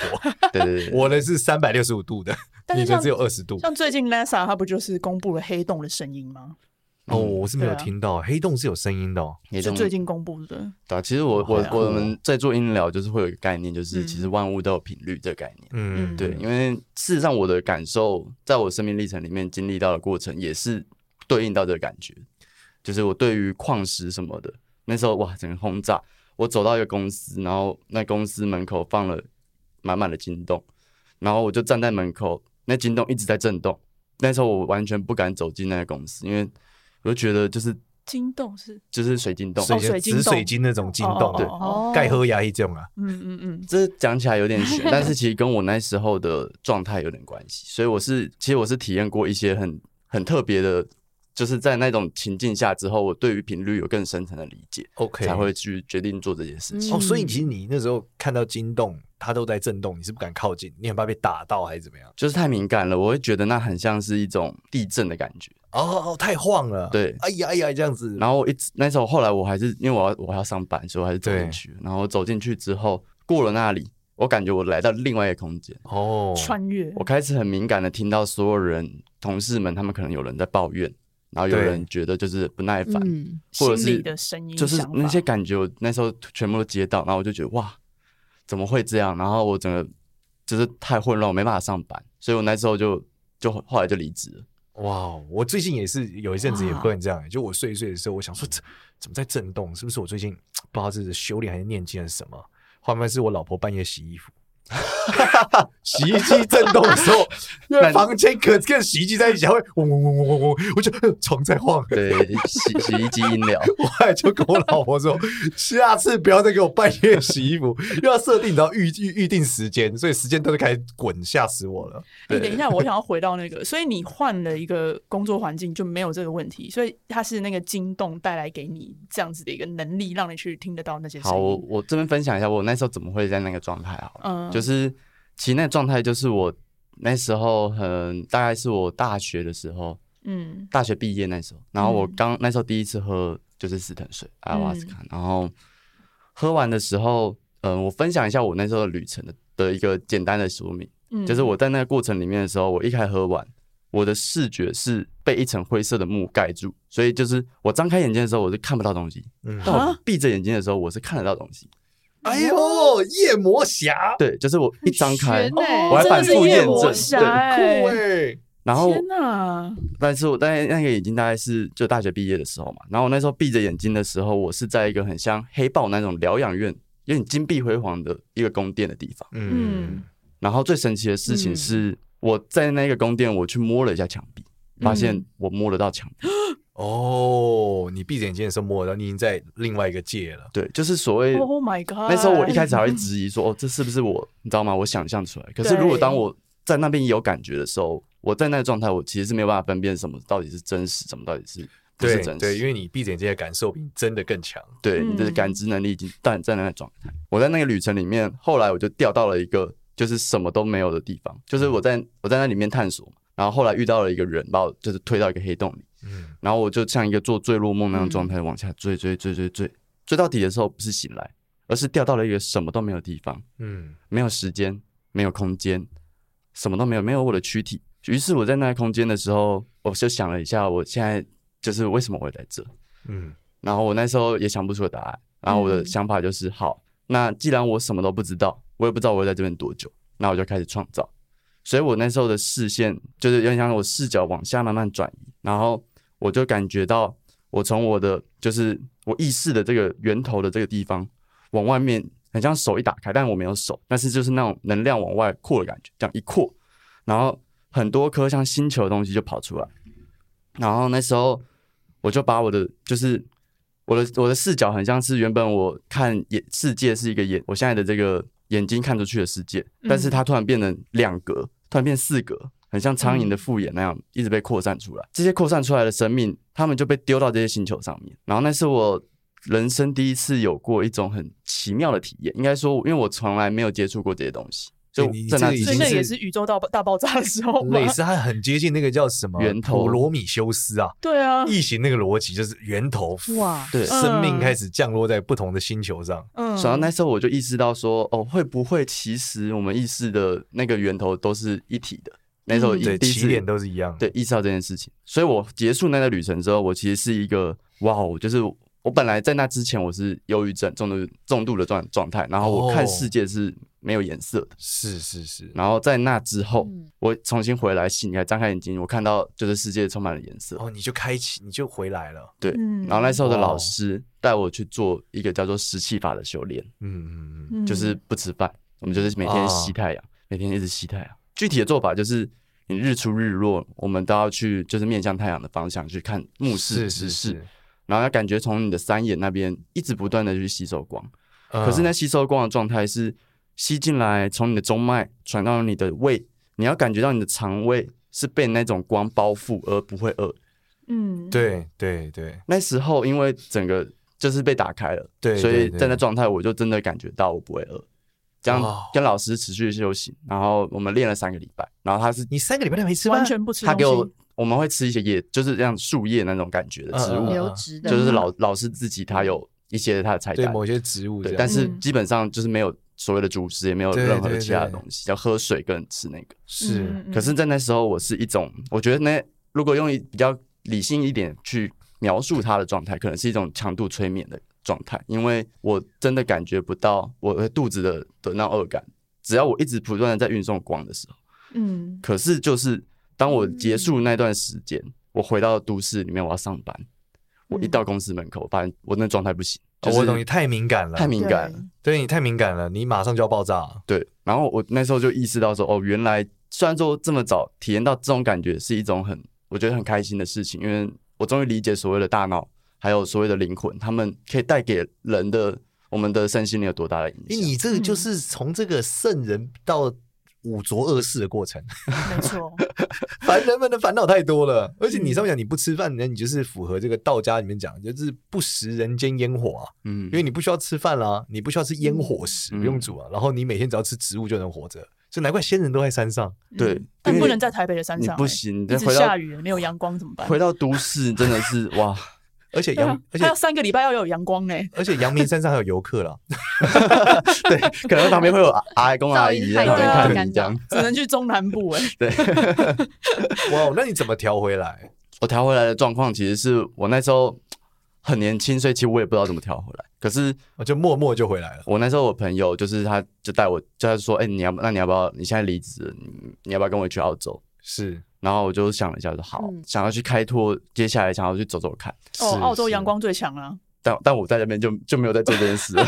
Speaker 4: 对对对对，
Speaker 6: 我的是三百六十五度的，
Speaker 1: 但
Speaker 6: 你
Speaker 1: 是
Speaker 6: 的
Speaker 1: 像
Speaker 6: 只有二十度。
Speaker 1: 像最近 NASA 它不就是公布了黑洞的声音吗？
Speaker 6: 哦，我是没有
Speaker 1: 对啊
Speaker 6: 听到，欸黑洞是有声音的哦。
Speaker 4: 也
Speaker 1: 是
Speaker 4: 懂
Speaker 1: 最近公布的，
Speaker 4: 对啊，其实我
Speaker 6: 好
Speaker 4: 我
Speaker 6: 酷哦
Speaker 4: 我们在做音疗，就是会有一个概念，就是
Speaker 1: 嗯
Speaker 4: 其实万物都有频率这个概念。
Speaker 6: 嗯，
Speaker 4: 对，因为事实上我的感受，在我生命历程里面经历到的过程，也是对应到这个感觉，就是我对于矿石什么的，那时候哇，整个轰炸，我走到一个公司，然后那公司门口放了满满的金洞，然后我就站在门口，那金洞一直在震动，那时候我完全不敢走进那个公司，因为我就觉得就是
Speaker 1: 惊动是
Speaker 4: 就是水晶洞，
Speaker 6: 水
Speaker 1: 哦水
Speaker 6: 晶
Speaker 1: 晶
Speaker 6: 紫水
Speaker 1: 洞
Speaker 6: 晶那种晶
Speaker 1: 哦
Speaker 6: 洞，
Speaker 1: 哦哦哦
Speaker 6: 对，盖喝牙一种啊。
Speaker 1: 嗯嗯嗯，
Speaker 4: 这讲起来有点悬，但是其实跟我那时候的状态有点关系，所以我是其实我是体验过一些很很特别的，就是在那种情境下之后，我对于频率有更深层的理解
Speaker 6: OK，
Speaker 4: 哦才会去决定做这件事
Speaker 1: 嗯
Speaker 4: 情。
Speaker 6: 哦，所以其实你那时候看到金洞，它都在震动，你是不敢靠近，你很怕被打到还是怎么样？
Speaker 4: 就是太敏感了，我会觉得那很像是一种地震的感觉。
Speaker 6: 哦，哦太晃了。
Speaker 4: 对
Speaker 6: 哎呀哎呀，这样子。
Speaker 4: 然后我一直那时候后来我还是因为我要我还要上班，所以我还是走进去。然后走进去之后，过了那里，我感觉我来到另外一个空间。
Speaker 6: 哦，
Speaker 1: 穿越
Speaker 4: 我开始很敏感的听到所有人同事们，他们可能有人在抱怨，然后有
Speaker 6: 对
Speaker 4: 人觉得就是不耐烦，
Speaker 5: 嗯，
Speaker 4: 或者
Speaker 1: 心里
Speaker 4: 是
Speaker 1: 的声音，
Speaker 4: 就是
Speaker 1: 想法
Speaker 4: 那些感觉，我那时候全部都接到，然后我就觉得哇，怎么会这样？然后我整个就是太混乱，我没办法上班，所以我那时候就就后来就
Speaker 1: [laughs]
Speaker 4: 离职了。
Speaker 6: 哇哦，我最近也是有一阵子也不能这样，就我睡一睡的时候，我想说这怎么在震动？是不是我最近不知道这是修炼还是念经还是什么？后面是我老婆半夜洗衣服。 [laughs] 洗衣机震动的时候，因为房间可跟洗衣机在一起，它会嗡嗡嗡嗡嗡嗡，我就呃床在晃。
Speaker 4: 对，洗洗衣机音疗，
Speaker 6: 我后来就跟我老婆说， [laughs] 下次不要再给我半夜洗衣服，又要设定，然后预预预定时间，所以时间都是开始滚，吓死我了。
Speaker 1: 哎、等一下，我想要回到那个，所以你换了一个工作环境就没有这个问题，所以它是那个惊动带来给你这样子的一个能力，让你去听得到那些声
Speaker 4: 好，我
Speaker 1: 音。
Speaker 4: 我这边分享一下我那时候怎么会在那个状态好了，
Speaker 1: 嗯
Speaker 4: 就是其实那状态就是我那时候很大概是我大学的时候，
Speaker 1: 嗯
Speaker 4: 大学毕业那时候，然后我
Speaker 1: 嗯
Speaker 4: 刚那时候第一次喝就是死藤水阿瓦斯卡，然后喝完的时候，嗯、我分享一下我那时候的旅程的的一个简单的说明，
Speaker 1: 嗯，
Speaker 4: 就是我在那个过程里面的时候，我一开喝完，我的视觉是被一层灰色的幕盖住，所以就是我张开眼睛的时候我是看不到东西，
Speaker 6: 嗯
Speaker 4: 但
Speaker 1: 啊
Speaker 4: 我闭着眼睛的时候我是看得到东西，
Speaker 6: 哎呦，夜魔侠，
Speaker 4: 对，就是我一张开
Speaker 3: 悬，
Speaker 1: 哦
Speaker 4: 我还
Speaker 1: 真的
Speaker 4: 反
Speaker 1: 是
Speaker 4: 复
Speaker 1: 夜
Speaker 4: 验
Speaker 1: 魔
Speaker 4: 证，
Speaker 1: 侠
Speaker 4: 对，
Speaker 1: 欸
Speaker 6: 酷哎！
Speaker 4: 然后
Speaker 1: 天哪，
Speaker 4: 但是我大概那个已经大概是就大学毕业的时候嘛，然后我那时候闭着眼睛的时候，我是在一个很像黑豹那种疗养院，有点金碧辉煌的一个宫殿的地方。
Speaker 6: 嗯，
Speaker 4: 然后最神奇的事情
Speaker 1: 嗯
Speaker 4: 是，我在那个宫殿，我去摸了一下墙壁，发现
Speaker 1: 嗯
Speaker 4: 我摸得到墙壁。
Speaker 6: 哦，你闭着眼睛的时候摸得到，你已经在另外一个界了。
Speaker 4: 对，就是所谓
Speaker 1: Oh my god！
Speaker 4: 那时候我一开始还会质疑说，哦，这是不是我？你知道吗？我想象出来。可是
Speaker 1: 对
Speaker 4: 如果当我在那边有感觉的时候，我在那个状态，我其实是没有办法分辨什么到底是真实，什么到底是不是
Speaker 6: 对
Speaker 4: 真实。
Speaker 6: 对，因为你闭着眼睛的感受比你真的更强。
Speaker 4: 对，你的
Speaker 1: 嗯
Speaker 4: 感知能力已经淡在那个状态。我在那个旅程里面，后来我就掉到了一个就是什么都没有的地方，就是我在我在那里面探索嘛，然后后来遇到了一个人，把我就是推到一个黑洞里，
Speaker 6: 嗯，
Speaker 4: 然后我就像一个做坠落梦那样的状态往下坠坠坠坠坠，坠到底的时候不是醒来，而是掉到了一个什么都没有的地方，
Speaker 6: 嗯，
Speaker 4: 没有时间，没有空间，什么都没有，没有我的躯体。于是我在那个空间的时候，我就想了一下，我现在就是为什么我会在这？
Speaker 6: 嗯，
Speaker 4: 然后我那时候也想不出个答案，然后我的
Speaker 1: 嗯
Speaker 4: 想法就是，好，那既然我什么都不知道，我也不知道我会在这边多久，那我就开始创造。所以我那时候的视线就是有点像我视角往下慢慢转移，然后我就感觉到我从我的就是我意识的这个源头的这个地方往外面，很像手一打开，但我没有手，但是就是那种能量往外扩的感觉，这样一扩，然后很多颗像星球的东西就跑出来，然后那时候我就把我的就是我的我的视角很像是原本我看眼世界是一个眼，我现在的这个眼睛看出去的世界，但是它突然变成两格，突然变四格，很像苍蝇
Speaker 6: 嗯
Speaker 4: 的复眼那样，一直被扩散出来。这些扩散出来的生命，他们就被丢到这些星球上面。然后那是我人生第一次有过一种很奇妙的体验，应该说，因为我从来没有接触过这些东西，所以
Speaker 6: 你你
Speaker 4: 在那
Speaker 6: 这个已
Speaker 4: 之
Speaker 1: 所
Speaker 6: 经
Speaker 1: 以
Speaker 4: 前
Speaker 1: 那
Speaker 6: 是
Speaker 1: 也是宇宙大爆大爆炸的时候吗
Speaker 6: 哦类？似它很接近那个叫什么
Speaker 4: 源头
Speaker 6: 普罗米修斯啊，
Speaker 1: 对啊，
Speaker 6: 异形那个逻辑就是源头
Speaker 5: 哇，
Speaker 4: 对
Speaker 6: 生命开始降落在不同的星球上。
Speaker 1: 嗯，
Speaker 4: 然后那时候我就意识到说，哦，会不会其实我们意识的那个源头都是一体的？那时候一
Speaker 6: 嗯对，
Speaker 4: 第一
Speaker 6: 起
Speaker 4: 次
Speaker 6: 点都是一样。
Speaker 4: 对，意识到这件事情。所以我结束那个旅程之后，我其实是一个哇哦，就是我本来在那之前我是忧郁症重度重度的状状态，然后我
Speaker 6: 哦
Speaker 4: 看世界是没有颜色的。
Speaker 6: 是是是，
Speaker 4: 然后在那之后，
Speaker 3: 嗯
Speaker 4: 我重新回来醒来，张开眼睛，我看到就是世界充满了颜色。
Speaker 6: 哦，你就开启，你就回来了。
Speaker 4: 对，
Speaker 1: 嗯
Speaker 4: 然后那时候的老师带我去做一个叫做湿气法的修炼，
Speaker 6: 嗯嗯嗯，
Speaker 1: 嗯
Speaker 4: 就是不吃饭，我们就是每
Speaker 6: 啊
Speaker 4: 天吸太阳，每天一直吸太阳。具体的做法就是，你日出日落，我们都要去就是面向太阳的方向去看目视
Speaker 6: 是
Speaker 4: 直
Speaker 6: 是
Speaker 4: 视，
Speaker 6: 是。
Speaker 4: 然后要感觉从你的三眼那边一直不断的去吸收光。可是
Speaker 6: 嗯
Speaker 4: 那吸收光的状态是吸进来，从你的中脉传到你的胃，你要感觉到你的肠胃是被那种光包覆而不会饿。
Speaker 1: 嗯，
Speaker 6: 对对对，
Speaker 4: 那时候因为整个就是被打开了，
Speaker 6: 对
Speaker 4: 所以
Speaker 6: 对对
Speaker 4: 在那状态我就真的感觉到我不会饿。这样
Speaker 6: 哦
Speaker 4: 跟老师持续修行，然后我们练了三个礼拜，然后他是
Speaker 6: 你三个礼拜都没吃
Speaker 1: 完
Speaker 6: 饭，
Speaker 1: 全不吃东
Speaker 4: 他
Speaker 1: 西。
Speaker 4: 给我我们会吃一些叶，就是这样树叶那种感觉的
Speaker 6: 嗯
Speaker 4: 植
Speaker 6: 嗯
Speaker 4: 物，
Speaker 6: 嗯
Speaker 5: 留职的，
Speaker 4: 就是老老师自己他有一些他的菜
Speaker 6: 对
Speaker 4: 单，
Speaker 6: 某些植物这
Speaker 4: 对，
Speaker 6: 样，
Speaker 4: 但是
Speaker 1: 嗯
Speaker 4: 基本上就是没有所谓的主食，也没有
Speaker 6: 对
Speaker 4: 任何
Speaker 6: 对
Speaker 4: 其他的
Speaker 6: 对
Speaker 4: 东西，要喝水跟吃那个。
Speaker 1: 嗯
Speaker 6: 是
Speaker 4: 可是，在那时候，我是一种，我觉得那如果用一比较理性一点去描述它的状态，可能是一种强度催眠的状态，因为我真的感觉不到我的肚子的的那种饿感，只要我一直不断的在运送光的时候。
Speaker 1: 嗯，
Speaker 4: 可是，就是当我结束那段时间，我回到都市里面，我要上班，我一到公司门口，发现我那状态不行，
Speaker 6: 哦
Speaker 4: 就
Speaker 6: 我懂
Speaker 4: 是
Speaker 6: 你太敏感了，
Speaker 4: 太敏感了。
Speaker 1: 对
Speaker 6: 对你太敏感了，你马上就要爆炸。
Speaker 4: 对，然后我那时候就意识到说，哦，原来虽然说这么早体验到这种感觉是一种很，我觉得很开心的事情，因为我终于理解所谓的大脑还有所谓的灵魂，他们可以带给人的我们的身心灵有多大的影
Speaker 6: 因
Speaker 4: 响。
Speaker 6: 为你这个就是从这个圣人到五浊恶世的过程，
Speaker 1: 没错，
Speaker 6: 凡人们的烦恼太多了。而且你上面讲你不吃饭，那你就是符合这个道家里面讲，就是不食人间烟火啊，
Speaker 4: 嗯，
Speaker 6: 因为你不需要吃饭啦、你不需要吃烟火食，
Speaker 4: 嗯
Speaker 6: 不用煮啊，然后你每天只要吃植物就能活着，所以难怪仙人都在山上。
Speaker 4: 对
Speaker 1: 嗯但
Speaker 4: 因为
Speaker 1: 不能在台北的山
Speaker 4: 你
Speaker 1: 上欸，
Speaker 4: 不行你再
Speaker 1: 一直
Speaker 4: 回到
Speaker 1: 下雨没有阳光怎么办？
Speaker 4: 回到都市真的是
Speaker 1: [laughs]
Speaker 4: 哇，
Speaker 6: 而且
Speaker 1: 对
Speaker 6: 阳，
Speaker 1: 啊
Speaker 6: 而且
Speaker 1: 还有三个礼拜要有阳光欸呢。
Speaker 6: 而且阳明山上还有游客啦，
Speaker 4: 对，可能旁边会有阿阿公阿姨在那边
Speaker 1: 噪音太大
Speaker 4: 看你这样。
Speaker 1: 只能去中南部
Speaker 4: [laughs]
Speaker 1: 哎、
Speaker 4: 对，
Speaker 6: 哇，那你怎么调回来？
Speaker 4: 我调回来的状况其实是我那时候很年轻，所以其实我也不知道怎么调回来，可是。
Speaker 6: 我哦就默默就回来了。
Speaker 4: 我那时候我朋友就是他就带我，就他说，哎、你要不那你要不要你现在离职了，你你要不要跟我去澳洲？
Speaker 6: 是，
Speaker 4: 然后我就想了一下，说好，
Speaker 5: 嗯
Speaker 4: 想要去开拓，接下来想要去走走看。
Speaker 1: 哦
Speaker 6: 是，
Speaker 1: 澳洲阳光最强啊了、
Speaker 4: 但但我在那边就就没有在做这件事了，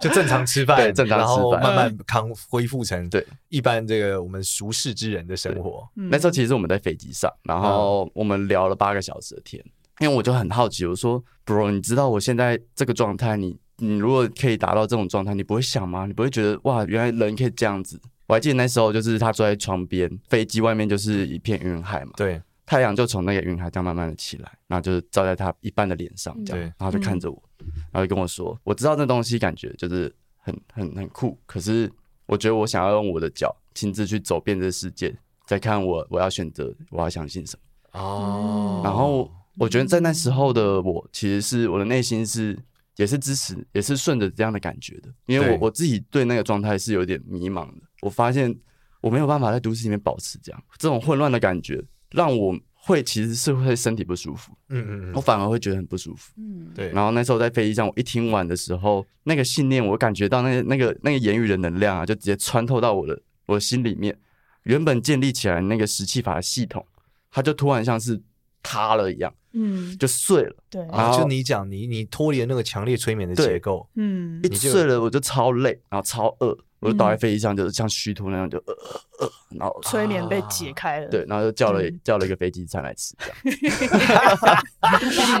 Speaker 6: 就正常吃饭，
Speaker 4: 对正常吃饭
Speaker 6: 然后慢慢康恢复成
Speaker 4: 对
Speaker 6: 一般这个我们俗世之人的生活。
Speaker 1: 嗯
Speaker 4: 那时候其实我们在飞机上，然后我们聊了八个小时的天，因为我就很好奇，我说，bro，你知道我现在这个状态，你你如果可以达到这种状态，你不会想吗？你不会觉得哇，原来人可以这样子？我还记得那时候就是他坐在窗边，飞机外面就是一片云海嘛，
Speaker 6: 对，
Speaker 4: 太阳就从那个云海这样慢慢的起来，然后就是照在他一半的脸上，这样，
Speaker 6: 对
Speaker 4: 然后就看着我，然后就跟我说，我知道那东西感觉就是很很很酷，可是我觉得我想要用我的脚亲自去走遍这世界，再看我我要选择我要相信什么。
Speaker 6: 哦
Speaker 1: 嗯
Speaker 4: 然后我觉得在那时候的我，其实是我的内心是也是支持，也是顺着这样的感觉的，因为
Speaker 6: 对
Speaker 4: 我我自己对那个状态是有点迷茫的，我发现我没有办法在都市里面保持这样这种混乱的感觉，让我会其实是会身体不舒服，
Speaker 6: 嗯嗯
Speaker 4: 我
Speaker 6: 嗯，
Speaker 4: 反而会觉得很不舒服。
Speaker 5: 嗯，
Speaker 6: 对，
Speaker 4: 哦然后那时候在飞机上，我一听完的时候，那个信念，我感觉到那个那个那个言语的能量啊，就直接穿透到我的我的心里面。原本建立起来那个石气法的系统，它就突然像是塌了一样，
Speaker 1: 嗯，
Speaker 4: 就碎了。
Speaker 1: 对，
Speaker 4: 然
Speaker 6: 啊，
Speaker 4: 后
Speaker 6: 就你讲你你脱离了那个强烈催眠的
Speaker 1: [laughs]
Speaker 6: 结构，
Speaker 1: 嗯
Speaker 4: 一，
Speaker 6: 你就
Speaker 4: 碎了我就超累，然后超饿，我就倒在飞机上，就是像虚脱那样，就呃呃呃，然后
Speaker 1: 催眠被解开了，
Speaker 4: 啊对，，然后就叫了
Speaker 1: 嗯
Speaker 4: 叫了一个飞机餐来吃，这样。
Speaker 1: [laughs] [laughs]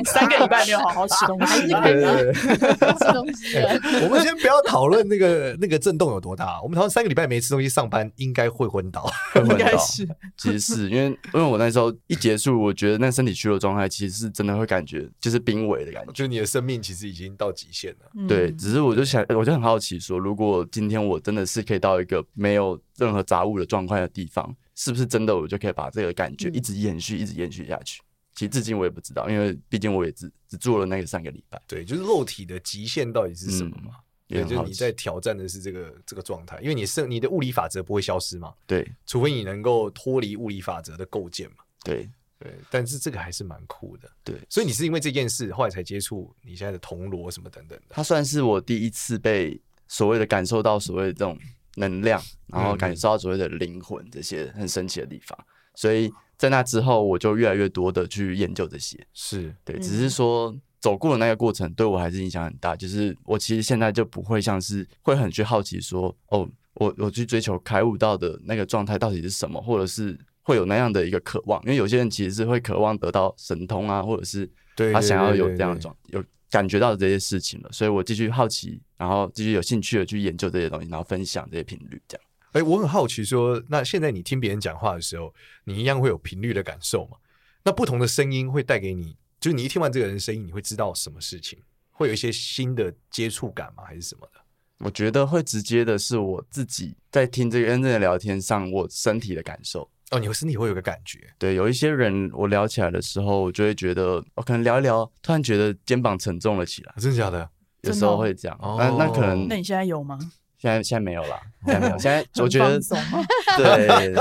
Speaker 1: 三个礼拜没有好
Speaker 4: [laughs]
Speaker 1: 好吃东西，
Speaker 6: 对对对，
Speaker 3: [laughs] 吃东西了，
Speaker 6: 哎我们先不要讨论那个那个震动有多大，我们讨论三个礼拜没吃东西上班应该会昏倒。
Speaker 1: 应该
Speaker 4: 到
Speaker 1: 是，
Speaker 4: 其实是因为因为我那时候一结束，我觉得那身体虚弱状态其实是真的会感觉就是濒危的感
Speaker 6: [laughs]
Speaker 4: 觉。
Speaker 6: 就你的生命其实已经到极限了，
Speaker 1: 嗯
Speaker 4: 对，只是我就想，我就很好奇说，如果今天我真的是可以到一个没有任何杂物的状况的地方，是不是真的我就可以把这个感觉
Speaker 1: 嗯
Speaker 4: 一直延续，一直延续下去？其实至今我也不知道，因为毕竟我也只只做了那个三个礼拜。
Speaker 6: 对，就是肉体的极限到底是什么嘛？
Speaker 4: 嗯也
Speaker 6: 对，
Speaker 4: 很
Speaker 6: 就是
Speaker 4: 好
Speaker 6: 你
Speaker 4: 奇
Speaker 6: 在挑战的是这个这个状态，因为你是你的物理法则不会消失嘛，
Speaker 4: 对
Speaker 6: 除非你能够脱离物理法则的构建嘛。
Speaker 4: 对，
Speaker 6: 对，但是这个还是蛮酷的。
Speaker 4: 对
Speaker 6: 所以你是因为这件事，后来才接触你现在的铜锣什么等等的。
Speaker 4: 它算是我第一次被所谓的感受到所谓的这种能量，然后感受到所谓的灵魂这些很神奇的地方。所以在那之后，我就越来越多的去研究这些。
Speaker 6: 是，
Speaker 4: 对，只是说走过的那个过程对我还是影响很大。就是我其实现在就不会像是会很去好奇说，哦，我我去追求开悟到的那个状态到底是什么，或者是会有那样的一个渴望。因为有些人其实是会渴望得到神通啊，或者是
Speaker 6: 对
Speaker 4: 他想要
Speaker 6: 对对
Speaker 4: 有
Speaker 6: 对
Speaker 4: 这样的
Speaker 6: 对
Speaker 4: 状，有感觉到这些事情了，所以我继续好奇，然后继续有兴趣的去研究这些东西，然后分享这些频率，这样。
Speaker 6: 哎、我很好奇说，那现在你听别人讲话的时候，你一样会有频率的感受吗？那不同的声音会带给你，就是你一听完这个人的声音，你会知道什么事情，会有一些新的接触感吗？还是什么的？
Speaker 4: 我觉得会直接的是我自己在听这个真正的聊天上，我身体的感受。
Speaker 6: 哦，你会身体会有个感觉，
Speaker 4: 对，有一些人我聊起来的时候，我就会觉得，我可能聊一聊，突然觉得肩膀沉重了起来，
Speaker 6: 啊、真的假的？
Speaker 4: 有
Speaker 1: 真的哦
Speaker 4: 时候会这样。
Speaker 6: 哦
Speaker 4: 那那可能
Speaker 1: 嗯那你现在有吗？
Speaker 4: 现在现在没有啦，现在没有。现嗯在我
Speaker 1: 很
Speaker 4: 觉得
Speaker 1: 放松吗 [laughs]
Speaker 4: 对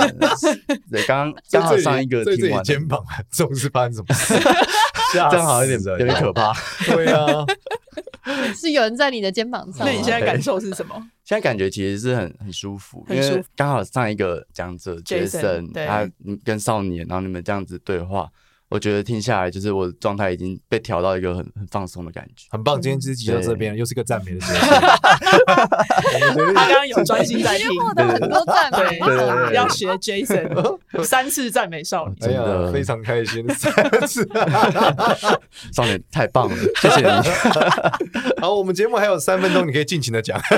Speaker 4: 对，刚刚刚好上一个
Speaker 6: 在这
Speaker 4: 听
Speaker 6: 里
Speaker 4: 完的
Speaker 6: 肩膀很重是发生什么
Speaker 4: [laughs]
Speaker 6: 事？吓
Speaker 4: 这样好像有
Speaker 6: 死
Speaker 4: 点
Speaker 6: 人
Speaker 4: 有点可怕。
Speaker 6: 对啊，
Speaker 3: 是有人在你的肩膀上
Speaker 1: 那
Speaker 3: 吗。
Speaker 1: 你现在感受是什么？
Speaker 4: 现在感觉其实是很很舒服，
Speaker 1: 很舒服
Speaker 4: 因为刚好上一个讲者
Speaker 1: Jason，对
Speaker 4: 他嗯跟少年，然后你们这样子对话，我觉得听下来就是我的状态已经被调到一个很很放松的感
Speaker 1: [laughs]
Speaker 4: 觉。
Speaker 6: 很棒，今天这集到这边，又是个赞美的
Speaker 4: [laughs]
Speaker 6: 节目。哎
Speaker 1: 他刚刚有专心在
Speaker 4: [laughs]
Speaker 1: 听，
Speaker 3: 得哦很多赞美
Speaker 1: 对，
Speaker 4: 对对对
Speaker 1: 要学
Speaker 4: [laughs]
Speaker 1: Jason 三次赞美少女。
Speaker 6: 哎
Speaker 4: 真
Speaker 6: 呀，
Speaker 4: 的
Speaker 6: 非常开心。
Speaker 4: 少年太棒了，谢谢你。
Speaker 6: [laughs]
Speaker 4: [laughs]
Speaker 6: 好，我们节目还有三分钟，你可以尽情的讲。 [laughs]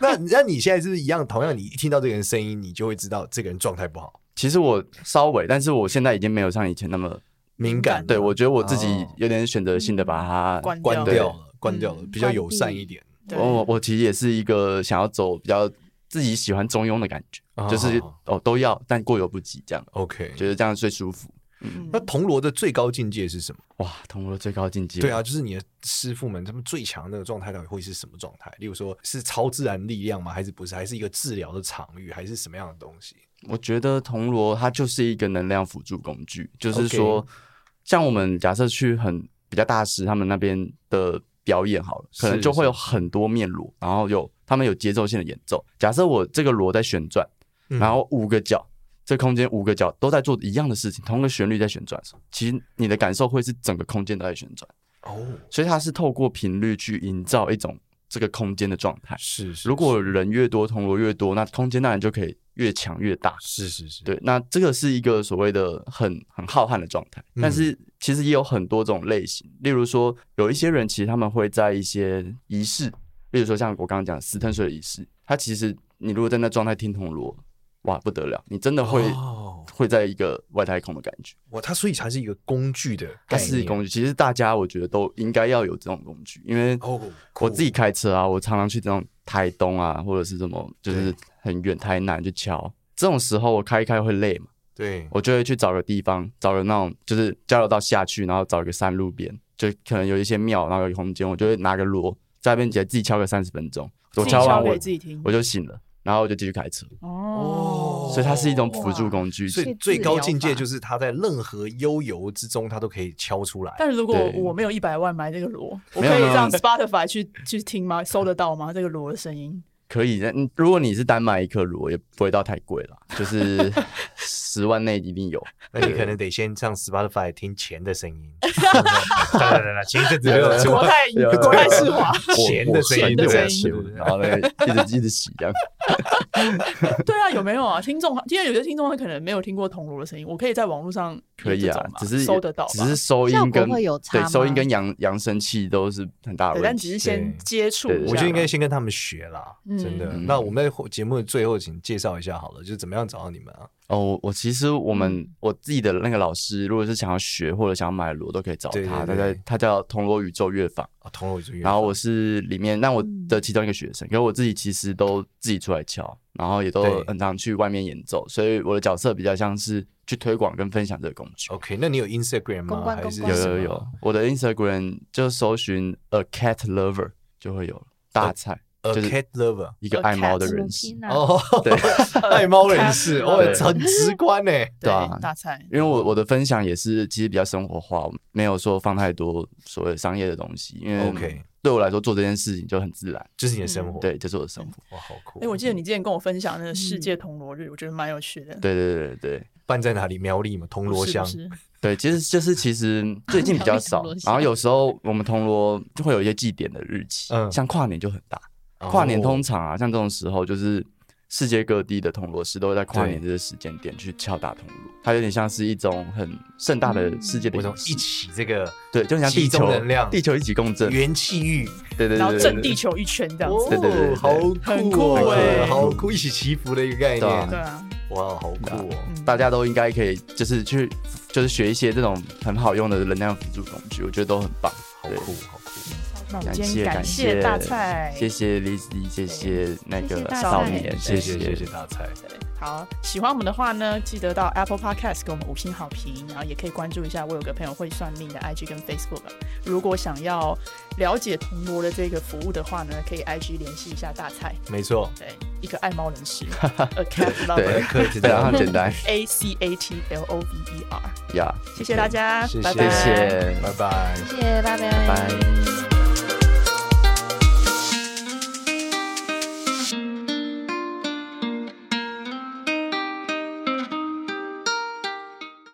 Speaker 6: 那那你现在是不是一样？同样，你一听到这个人声音，你就会知道这个人状态不好，
Speaker 4: 其实我稍微，但是我现在已经没有像以前那么，
Speaker 6: 敏感。
Speaker 4: 对我觉得我自己
Speaker 6: 哦
Speaker 4: 有点选择性的把它
Speaker 1: 嗯关
Speaker 6: 关
Speaker 1: 对
Speaker 6: 掉了，关掉了，
Speaker 1: 嗯
Speaker 6: 比较友善一点。
Speaker 1: 对
Speaker 4: 我我其实也是一个想要走比较自己喜欢中庸的感觉，
Speaker 6: 哦
Speaker 4: 就是哦都要，但过犹不及这样，
Speaker 6: OK，
Speaker 4: 觉得这样最舒服。
Speaker 1: 嗯
Speaker 6: 那铜锣的最高境界是什么？
Speaker 4: 哇，通过最高境界，
Speaker 6: 对啊，就是你的师傅们他们最强的那个状态到底会是什么状态？例如说是超自然力量吗？还是不是？还是一个治疗的场域？还是什么样的东西？
Speaker 4: 我觉得铜锣它就是一个能量辅助工具，就是说
Speaker 6: OK
Speaker 4: 像我们假设去很比较大师他们那边的表演好了，可能
Speaker 6: 是
Speaker 4: 就会有
Speaker 6: 是
Speaker 4: 很多面锣，然后有他们有节奏性的演奏。假设我这个锣在旋转，
Speaker 6: 嗯
Speaker 4: 然后五个角，这空间五个角都在做一样的事情，同个旋律在旋转的时候，其实你的感受会是整个空间都在旋转，
Speaker 6: 哦，
Speaker 4: 所以它是透过频率去营造一种这个空间的状态。
Speaker 6: 是是，
Speaker 4: 如果人越多，铜锣越多，那空间当然就可以越强越大。
Speaker 6: 是是是，
Speaker 4: 对，那这个是一个所谓的很很浩瀚的状态，
Speaker 6: 嗯
Speaker 4: 但是其实也有很多种类型，例如说有一些人其实他们会在一些仪式，例如说像我刚刚讲的死藤水的仪式，它其实你如果在那状态听铜锣，哇不得了，你真的会、
Speaker 6: 哦
Speaker 4: 会在一个外太空的感觉，
Speaker 6: 哇，它所以才是一个工具的概
Speaker 4: 它
Speaker 6: 念，
Speaker 4: 是工具，其实大家我觉得都应该要有这种工具，因为
Speaker 6: 哦酷
Speaker 4: 我自己开车啊，我常常去这种台东啊或者是什么就是
Speaker 6: 对
Speaker 4: 很远台南去敲，这种时候我开一开会累嘛。
Speaker 6: 对，
Speaker 4: 我就会去找个地方，找个那种就是交流道下去，然后找一个山路边，就可能有一些庙，然后有空间，我就会拿个锣在那边自己敲个三十分钟，我
Speaker 1: 自己
Speaker 4: 敲
Speaker 1: 敲
Speaker 4: 完
Speaker 1: 给
Speaker 4: 我
Speaker 1: 自己听
Speaker 4: 我就醒了，然后我就继续开车，
Speaker 1: 哦，
Speaker 4: 所以它是一种辅助工具。
Speaker 6: 所以
Speaker 3: 是
Speaker 6: 最
Speaker 3: 治
Speaker 6: 高
Speaker 3: 疗
Speaker 6: 境界
Speaker 3: 法
Speaker 6: 就是他在任何悠游之中，他都可以敲出来。
Speaker 1: 但是如果
Speaker 4: 对
Speaker 1: 我没有一百万买这个锣，我
Speaker 4: 没有
Speaker 1: 可以
Speaker 4: 没有
Speaker 1: 让 Spotify 去去听吗？搜得到吗？这个锣的声
Speaker 4: [laughs]
Speaker 1: 音？
Speaker 4: 可以，但如果你是单买一颗锣，也不会到太贵了，就是
Speaker 1: [laughs]
Speaker 4: 十万内一定有。
Speaker 6: 那你可能得先上 Spotify 听钱的声
Speaker 4: [laughs]
Speaker 6: 音， [laughs] 啊来来来，前一阵子没有出
Speaker 1: 国泰国泰世华，
Speaker 6: 钱的声音，对
Speaker 4: 对我
Speaker 6: 对
Speaker 4: 钱
Speaker 6: 对，
Speaker 4: 然后那个一直一直洗这样。
Speaker 1: 对啊，有没有啊？听众，因为有些听众他可能没有听过铜锣的声音，我可以在网络上
Speaker 4: 可以
Speaker 1: 有这种
Speaker 4: 啊
Speaker 1: 嘛，
Speaker 4: 只是
Speaker 1: 搜得到吧，
Speaker 4: 只是收
Speaker 3: 效
Speaker 4: 音
Speaker 3: 果
Speaker 4: 跟
Speaker 3: 会有差
Speaker 4: 对收音
Speaker 3: 吗
Speaker 4: 跟扬扬声器都是很大的
Speaker 1: 对，
Speaker 4: 问
Speaker 1: 但只
Speaker 4: 题
Speaker 1: 是。先
Speaker 6: 对
Speaker 1: 接触
Speaker 4: 对
Speaker 1: 一
Speaker 4: 对
Speaker 1: 下
Speaker 6: 我觉得应该先跟他们学啦，真的。
Speaker 4: 嗯
Speaker 6: 那我们在节目的最后，请介绍一下好了，就是怎么样找到你们啊？
Speaker 4: 哦，我我其实我们
Speaker 6: 嗯
Speaker 4: 我自己的那个老师，如果是想要学或者想要买锣，都可以找
Speaker 6: 对对
Speaker 4: 他。他
Speaker 6: 对
Speaker 4: 在他叫铜锣宇宙乐坊，
Speaker 6: 啊，铜锣宇宙乐坊，嗯
Speaker 4: 然后我是里面那我的其中一个学生，可是我自己其实都自己出来敲，然后也都
Speaker 6: 对
Speaker 4: 很常去外面演奏，所以我的角色比较像是去推广跟分享这个工具。
Speaker 6: OK，那你有 Instagram
Speaker 2: 公
Speaker 6: 吗？
Speaker 2: 关
Speaker 6: 还是
Speaker 2: 公
Speaker 4: 有
Speaker 2: 关
Speaker 4: 有有，我的 Instagram 就搜寻 a cat lover 就会有了大菜，
Speaker 6: ，A
Speaker 4: 就是
Speaker 6: 呃 cat 哦 lover。
Speaker 4: 一个爱猫的人士。
Speaker 6: 哦，
Speaker 4: 对，
Speaker 6: [laughs] 爱猫人
Speaker 1: [laughs]
Speaker 6: 士，哦，
Speaker 4: 对
Speaker 6: 很直观欸呢。
Speaker 4: 对啊
Speaker 1: 大菜
Speaker 4: 因为我我的分享也是其实比较生活化，我没有说放太多所谓商业的东西，因为
Speaker 6: OK
Speaker 4: 对我来说做这件事情就很自然。
Speaker 6: 就是你的生活，
Speaker 4: 对，这是我的生活。
Speaker 6: 哇，好酷！哦
Speaker 1: 哎、我记得你之前跟我分享那个世
Speaker 4: 嗯
Speaker 1: 界铜锣日，我觉得蛮有趣的。
Speaker 4: 对对对对
Speaker 6: 办在哪里？苗栗嘛，铜
Speaker 1: 不
Speaker 6: 锣
Speaker 1: 哦是，
Speaker 6: 乡
Speaker 1: 不。是
Speaker 4: 对，其实就是
Speaker 1: [laughs]
Speaker 4: 其实最近比较少
Speaker 3: 铜锣，香
Speaker 4: 然后有时候我们铜锣就会有一些祭典的日期，
Speaker 6: 嗯
Speaker 4: 像跨年就很大。
Speaker 6: 哦
Speaker 4: 跨年通常啊，像这种时候，就是世界各地的铜锣师都会在跨年这个时间点去敲打铜锣，它有点像是一种很盛大的世界
Speaker 6: 嗯
Speaker 4: 的
Speaker 6: 我从
Speaker 4: 仪式
Speaker 6: 一起这个
Speaker 4: 对，就很像
Speaker 6: 集
Speaker 4: 地
Speaker 6: 中
Speaker 4: 球
Speaker 6: 能量
Speaker 4: 地球一起共振，
Speaker 6: 元气玉，
Speaker 4: 对对对
Speaker 1: 然后
Speaker 4: 对
Speaker 1: 震
Speaker 4: 对
Speaker 1: 地
Speaker 4: 对，
Speaker 1: 球一圈这样
Speaker 6: 哦
Speaker 1: 子。
Speaker 4: 对对对对
Speaker 6: 好酷哦，
Speaker 1: 很酷欸
Speaker 6: 好酷，一起祈福的一个概
Speaker 4: 对啊
Speaker 1: 对
Speaker 6: 念，
Speaker 1: 啊，
Speaker 6: 哇，好酷哦！
Speaker 1: 嗯
Speaker 4: 大家都应该可以就是去就是学一些这种很好用的能量辅助工具，我觉得都很棒，
Speaker 6: 好
Speaker 4: 对
Speaker 6: 酷，好酷！
Speaker 1: 那我们
Speaker 4: 感
Speaker 1: 今天
Speaker 4: 谢
Speaker 1: 感
Speaker 4: 感谢
Speaker 1: 大菜，
Speaker 4: 谢谢 Lizzy，谢谢那
Speaker 3: 谢谢
Speaker 4: 个
Speaker 3: 大
Speaker 4: 少
Speaker 3: 菜
Speaker 4: 年，
Speaker 6: 谢谢
Speaker 4: 谢
Speaker 6: 谢谢大才，
Speaker 1: 对，好，喜欢我们的话呢，记得到 Apple Podcast 给我们五星好评，然后也可以关注一下我有个朋友会算命的 IG 跟 Facebook。如果想要了解铜锣的这个服务的话呢，可以 IG 联系一下大菜，
Speaker 6: 没
Speaker 4: [laughs]
Speaker 6: 错，
Speaker 1: 对，一个爱猫人士，A Cat
Speaker 4: 对
Speaker 6: [laughs]
Speaker 1: Lover。
Speaker 6: 客气
Speaker 4: 非常简单
Speaker 1: A C A T L O V E R，
Speaker 4: 呀，
Speaker 1: [laughs] 谢谢大家，
Speaker 6: 谢谢
Speaker 1: 拜拜
Speaker 4: 谢谢，
Speaker 6: 拜拜。
Speaker 3: 谢谢，拜拜
Speaker 4: 拜。